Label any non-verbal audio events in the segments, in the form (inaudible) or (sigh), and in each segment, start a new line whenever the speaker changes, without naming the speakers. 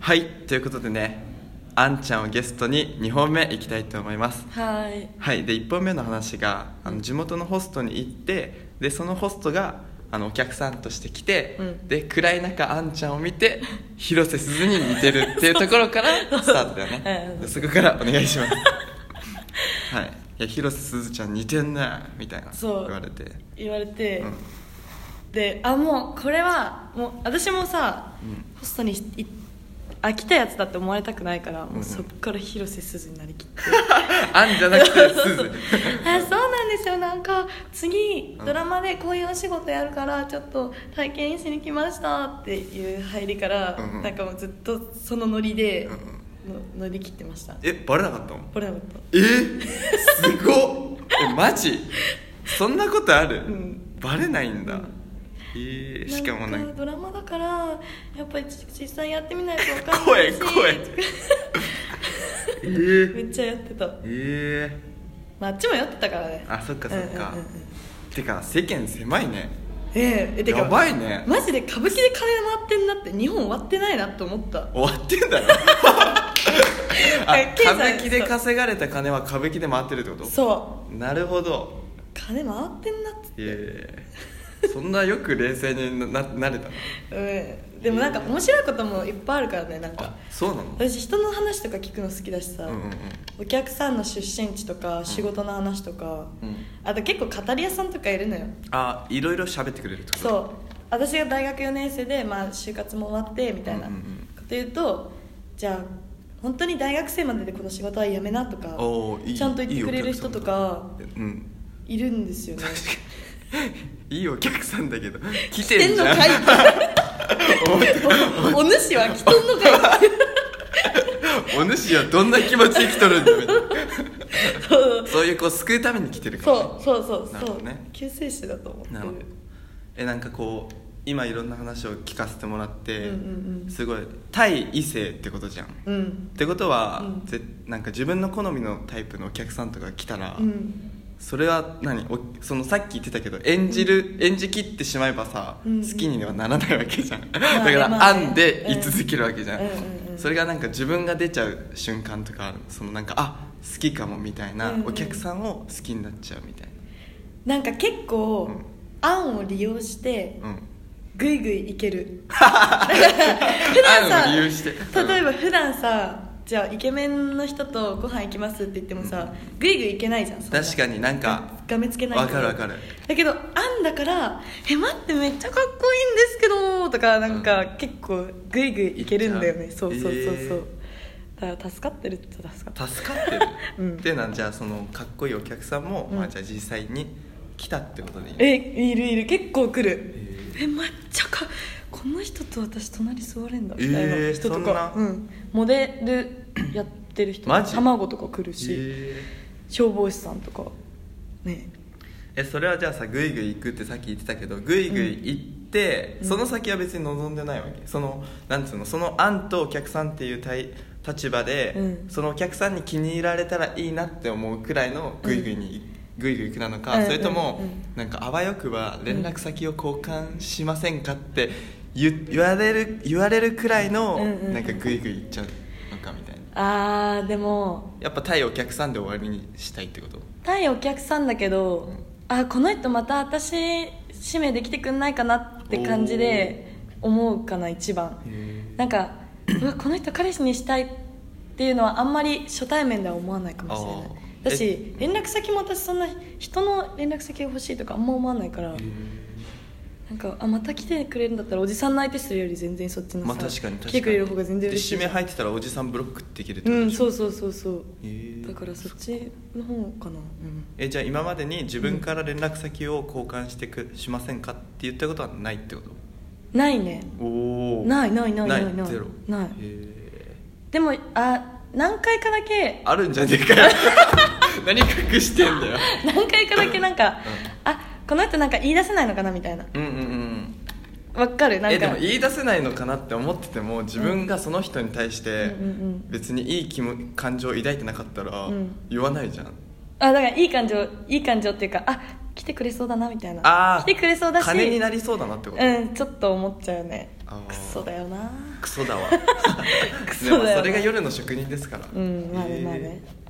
はいということでねあんちゃんをゲストに2本目いきたいと思います
はい
はいで1本目の話があの地元のホストに行ってでそのホストがあのお客さんとして来て、
うん
で暗い中あんちゃんを見て広瀬すずに似てるっていうところから
(laughs)
スタートだよね
うん
でそこからお願いしますはいいや広瀬すずちゃん似てんなみたいな言
そう
われて
言われて、
うん
であもうこれはもう私もさ、
うん
ホストにい飽きたやつだって思われたくないから、
うんう
も
ん
うそっから広瀬すずになりきって
あんじゃなくてす
(laughs)
ず
あそうなんですよなんか次
うん
ドラマでこういうお仕事やるからちょっと体験しに来ましたっていう入りから、
うんうん
なんかもうずっとそのノリで、
うん
の乗り切ってました
えバレなかったの
これなかっ
えすごっえマジそんなことある、
うん
バレないんだ、
うん
えー
た
しかもなんん
か
か
ドラマだからやっぱり実際やってみないと分かんな
(laughs) 声
いし
声え
め
ー、
っちゃやってた、
え
まあ、あっちもやってたからね
ー、あそっかそっか、
うんうんうんうん
てか世間狭いね
えええてか
やばいね
マジで歌舞伎で金回ってんなって日本終わってないなって思った
終わってんだろあ
(laughs) え経
歌
済
舞伎で稼がれた金は歌舞伎で回ってるってこと
そう
なるほど
金回ってんなっ
えー、そんなよく冷静にななれたの
て、うん、でもなんか面白いこともいっぱいあるからねなん
あ
か
そうなの
私人の話とか聞くの好きだし
う
さ、
んうん
お客さんの出身地とか仕事の話とか、
うんうん
あと結構語り屋さんとかいるのよ
あいろいろ喋ってくれるってこと
そう私が大学4年生で、まあ、就活も終わってみたいな
うん
こ
うんうん
と言うとじゃあ本当に大学生まででこの仕事はやめなとか
おーいい
ちゃんと言ってくれる人とか
うん
いるんですよね
いいお客さんだけ
(laughs)
ど来
来
て
て
ん
ん
じ
の
ゃん
かいおお主は来てんのかい
(laughs) お主はどんな気持ちで来とるんだみたいな
そう
そういうこう救うために来 (laughs) てるから、ね、
そうそうそう
なる
そ
ほど
う、
ね
救世主だと思って
なる
る
ほどえなんかこう今いろんな話を聞かせてもらって、
うんうんうん
すごい対異性ってことじゃんっ
うん
てことは、
うん
ぜなんか自分の好みのタイプのお客さんとか来たら、
うん
それは何おそのさっき言ってたけど演じる、演じきってしまえばさ、
うんうん
好きにはならないわけじゃん、だ
あ
か
ま
ら「
あ
編
ね
んで居続けるわけじゃん,、
うんうんうん
それがなんか自分が出ちゃう瞬間とかあるそのなんかあ好きかもみたいな、
うんうん
お客さんを好きになっちゃうみたい
なんか結構、
うん
案を利用して
なうん
ぐいぐいい
(laughs)
ける普段
案を
さ
利用してうん
例えば普段さじゃあイケメンの人とご飯行きますって言ってもさ、ぐいぐいいけないじゃんそんな
確かになんか
がめつけない
わかるわかる
だけどあんだから「え待ってめっちゃかっこいいんですけど」とかなん
う
か結構グイグイいけるんだよね
いっちゃう
そうそうそうそう、だから助かってるっちゃ助かってる
助かってる、
うん
でなんじゃあそのかっこいいお客さんも、
うん
まあ、じゃあ実際に来たってことでいいの
えいるいる結構来る
え
えめっちゃかこの人と私隣座れんだみたい
えー
な人と
そんな
か、うん、モデルやってる人
マジ
卵とか来るし、
えー
消防士さんとかね
えそれはじゃあさグイグイ行くってさっき言ってたけどグイグイ行って、
うん
その先は別に望んでないわけそのなんつうのその案とお客さんっていう対立場で、
うん
そのお客さんに気に入られたらいいなって思うくらいのグイグイに、グイグイ行くなのか、
うん
それとも、
うんうん
なんかあわよくば連絡先を交換しませんかって言言われる言われるくらいの、
うんうん
なんかグイグイ行っちゃうのかみたいな
あーでも
やっぱ対お客さんで終わりにしたいってこと
対お客さんだけど、あこの人また私指名できてくんないかなって感じで思うかな一番なんかうわこの人彼氏にしたいっていうのはあんまり初対面では思わないかもしれない
あー
だし
え
連絡先も私そんな人の連絡先が欲しいとかあんま思わないからなんかあまた来てくれるんだったらおじさんの相手するより全然そっちの
まあ
さ、
確かに確かに
来てくれる方が全然
で
嬉しい
締
じ
め
ゃん
入ってたらおじさんブロックできるって
う
こと
ん
でしょ
そうそうそうそう
へー
だからそっちの方かな、うん
えじゃあ今までに自分から連絡先を交換してくしませんかって言ったことはないってこと
ないね
おお
ないないないないない
ゼロ
ない
へ
でもあ何回かだ
ー
け
あるんじゃねえかよ (laughs) 何隠してんだよ
(laughs) 何回かだけなんか、あこの人なんか言い出せないのかなみたいな
うんうんうん
わかるなんか
えでも言い出せないのかなって思ってても自分がその人に対して
うんうんうん
別にいい気も感情を抱いてなかったら
うん
言わないじゃん、
あだからいい感情いい感情っていうかあ来てくれそうだなみたいな
ああ
来てくれそうだし
金になりそうだなってこと、
うんちょっと思っちゃうね
ああー
クソだよな
クソだわ
(laughs) クソ
で
だよ
も
な
それが夜の職人ですから
うんまあねまあ
へ
ね
ー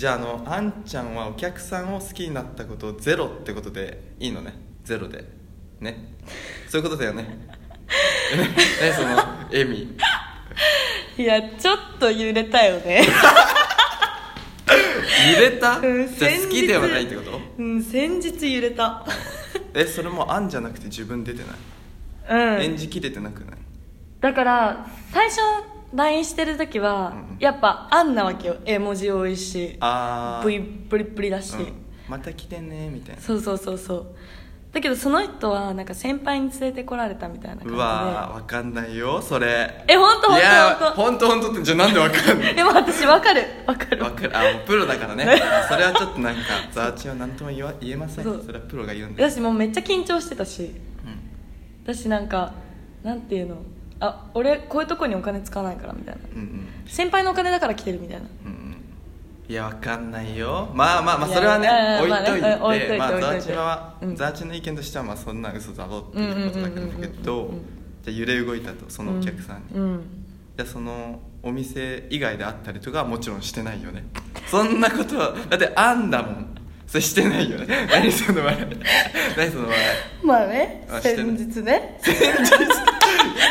じゃああのあんちゃんはお客さんを好きになったことゼロってことでいいのねゼロでねそういうことだ
(laughs)
よねねねそのエミ
いやちょっと揺れたよね
揺れた、
うん
じゃあ
先日
好きではないってこと
うん先日揺れた
えそれもあんじゃなくて自分出てない、
うん
演じきれてなくない
だから最初 LINE してる時は、
うん
やっぱあんなわけよ絵文字多いし
あー
ブリブリブリだし、
うんまた来てねみたいな
そうそうそうそうだけどその人はなんか先輩に連れてこられたみたいな感じ
う
で
わーわかんないよそれ
え本当
い
本
や
当本
本当本当ってじゃあなんでわかんない
当 (laughs) でも私わかるわかる
わかるあもうプロだからねそれはちょっとなんかザーチンは何とも言わ言えません
そう
それはプロが言うんだよ、
私もうめっちゃ緊張してたし私なんかなんていうのあ俺こういうとこにお金使わないからみたいな
うん、うんうん
先輩のお金だから来てるみたいな
うんうんいやわかんないよまあまあまあ
いや
それはね
いやい
置い
や
といて
まあねうん置いといて
ま
置
あザ
いといて
ーチンは
うん
ザーチンの意見としてはまあそんな嘘だろっていうことだからだけ
うん
ど
うんうんうんうん
じゃあ揺れ動いたとそのお客さんに、
うん、
じゃあそのお店以外であったりとかはもちろんしてないよねそんなことはだってあんだもんそれしてないよね (laughs) 何その笑い何その笑い
うんまあね
あして
先
る
日
(laughs)
ね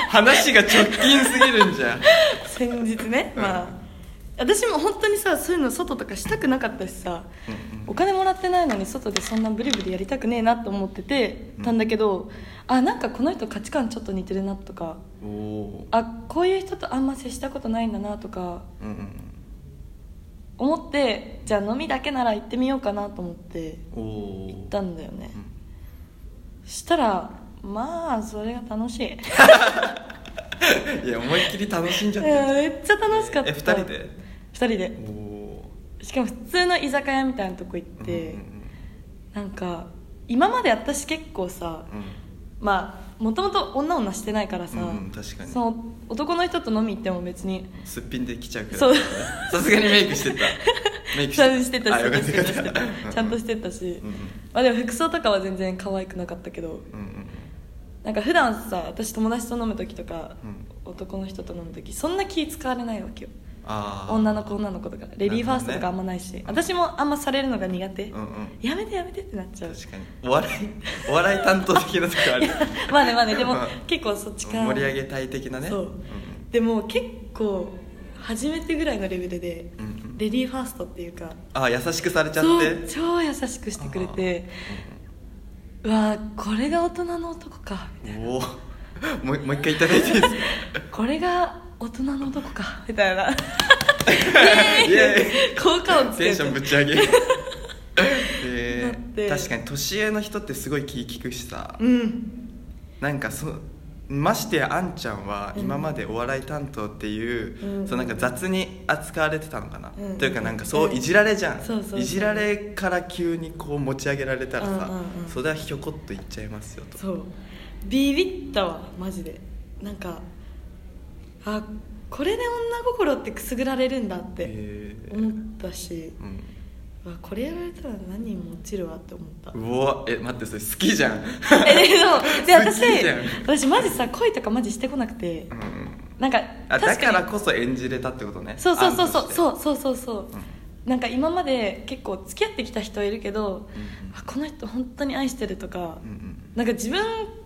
話が直近すぎるんじゃん
先日ね、
うん
まあ私も本当にさそういうの外とかしたくなかったしさ、
うんうん
お金もらってないのに外でそんなブリブリやりたくねえなと思ってて
うん
たんだけど、あなんかこの人価値観ちょっと似てるなとか
おお
あこういう人とあんま接したことないんだなとか
うんうん
思ってじゃあ飲みだけなら行ってみようかなと思って
うんおお
行ったんだよね
う、ん
したらまあそれが楽しい
いや思いっきり楽しんじゃってる
(laughs) めっちゃ楽しかった
え二人で
2人で
おお
しかも普通の居酒屋みたいなとこ行っ
ー
て、
うん
なんか今まで私結構さ
うんうん
まあもともと女女してないからさ、
うんうん確かに
その男の人と飲み行っても別に
すっぴんで来ちゃうから
そう
さすがにメイクしてたメイク
ちゃんとしてた
あ
し
よかったよか
ちゃんとして
った
(laughs) たちゃんとしてたし、
うんうん
まあ、でも服装とかは全然可愛くなかったけど
うんうん
なんか普段さ私友達と飲む時とか、
うん
男の人と飲む時そんな気使われないわけよ
ああ
女の子女の子とかレディーファーストとかあんまないし、
なるほどね
私もあんまされるのが苦手、
うんうん
やめてやめてってなっちゃう
確かにお笑いお笑い担当的なとこある
(laughs) まあねまあねでも
うん
結構そっちから
盛り上げたい的なね
そうんでも結構初めてぐらいのレベルで、
うんうん
レディーファーストっていうか
ああ優しくされちゃっ
そう
て
超優しくしてくれてうわーこれが大人の男かみたい
おおーもうもう一回いただい
(laughs)
ていいですか
なこれが大人の男かみたい (laughs) な
イエ
効果音
ーイ
つ
テ
け
ンションぶ
て
ち上
(laughs)
げえ
だっ
ー
て
確かに年上の人ってすごい気利くしさ
うん
なんかそましてやあんちゃんは今までお笑い担当っていう、
うん
そうなんか雑に扱われてたのかな、
うん
というかなんかそういじられじゃん、
うんそうそうそう
いじられから急にこう持ち上げられたらさ、
うんうんうん
それはひょこっといっちゃいますよと
そうビビったわマジでなんかあこれで女心ってくすぐられるんだって
えー
思ったし、うわこれやられたら何人も落ちるわって思った
うん、うおえ待ってそれ好きじゃん
(laughs) えでもで私
好きじゃん
私マジさ恋とかマジしてこなくて
うんうん
なんか
あ
確か
だ
に
からこそ演じれたってことね
そうそうそうそ
案
う
として
そうそうそうそう
うん
なんか今まで結構付き合ってきた人いるけど、あこの人本当に愛してるとか、
うんうん
なんか自分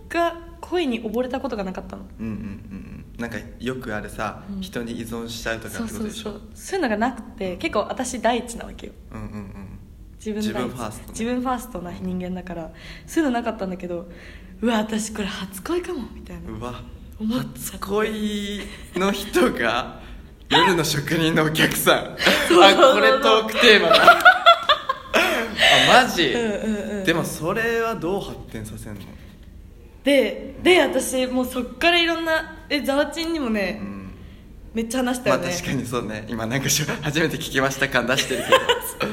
が恋に溺れたことがなかったの
うんうんうんうんなんかよくあれさ、
うん
人に依存しちゃうとか
そ
っ
う
てこ
そ
と
う
でしょ
そうそういうのがなくて結構私第一なわけよ
うんうんうん
自分
自分
第一
ファーストね
自分ファーストな人間だからそういうのなかったんだけどうわ私これ初恋かもみたいな
うわ
思っちゃって
恋の人
(laughs)
が夜の職人のお客さんあ
そうそう
これトークテーマだあマジ、
うんうんうん
でもそれはどう発展させんの、
でで私もうそっからいろんなえざわちんにも
う
ね、
ん、
めっちゃ話した
ま
よ
あ
ね、
確かにそうね今なんかしょ初めて聞きました感出してる
(laughs)
けど、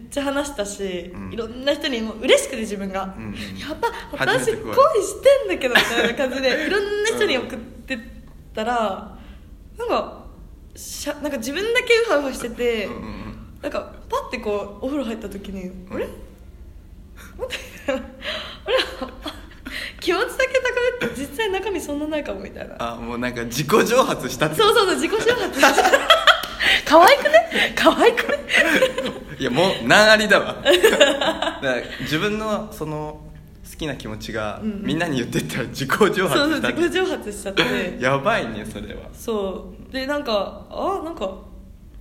めっちゃ話したし、
うん
いろんな人にもう嬉しくて自分が、
うんうん
やっぱ
初
私
めて
恋
声
してんだけどみたいな感じで
(laughs)
いろんな人に送ってったら、なんかしゃなんか自分だけウハウハしてて、
うんうんうん
なんかパッてこうお風呂入った時に (laughs) 「あれ?」みたいな「あれ気持ちだけ高実際中身そんなないかもみたいな
あもうなんか自己蒸発したって
そうそうそう自己紹介
(laughs)
可愛くね可愛くね
いやもう難ありだわ (laughs) だから自分のその好きな気持ちが
うん
みんなに言ってったら自己蒸
そう
発
そう
したって
自己蒸発しちゃって
やばいねそれは
そうでなんかあなんか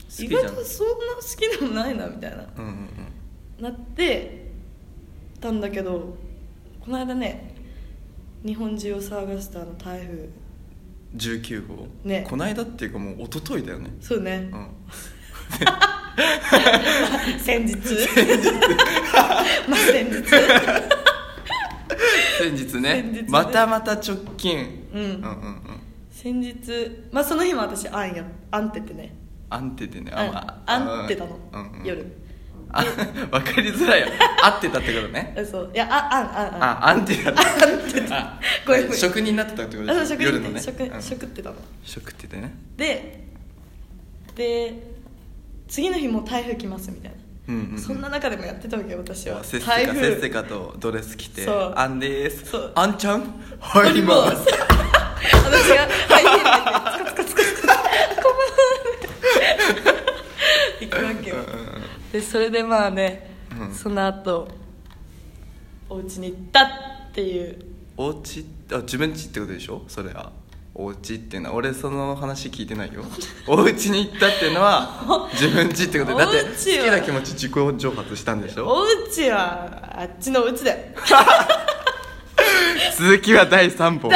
好
意
きじゃん
外とそんな好きでもないなみたいな
うんうんうん
なってたんだけどこの間ね日本中を騒がせたあの台風
19号、
ね
こないだっていうかもう一昨日だよね
そう
う
ね
ん、
先日まあ先日
先日ね
先日ね
またまた直近、
うん
うんうんうん
先日まあその日も私あんやあんっててね
アンテでね
あん
ま
あんってたの、
うんうん
夜
あわかりづらいよ合ってたってことね
あ (laughs) そういやああんあんあん
あアンテだった
あ (laughs) んってた
あ
ごめんごめん
職人になってたってこと
あそう
でしょ
食
夜のね
食
うん
食ってたの
食っててね
でで次の日もう台風来ますみたいな、
うんうんうん
そんな中でもやってたわけよ私は
せっせ
台
か
風
せっせかとドレス着て
そう
あんでーす
そう
あんちゃん入 (laughs) ります
(laughs) 私が入っててつかつかつかつかこんばんは行くわけよ
うんうんうん
でそれでまあね、
うん
その後お家に行ったっていう
おうちあ自分ちってことでしょそれはおうちっていうのは俺その話聞いてない
(laughs)
よおうちに行ったっていうのは自分ちってことでだって
おうち
好
は
きな気持ち自己蒸発したんでしょ
お家はあっちのお家だよ
続きは第3本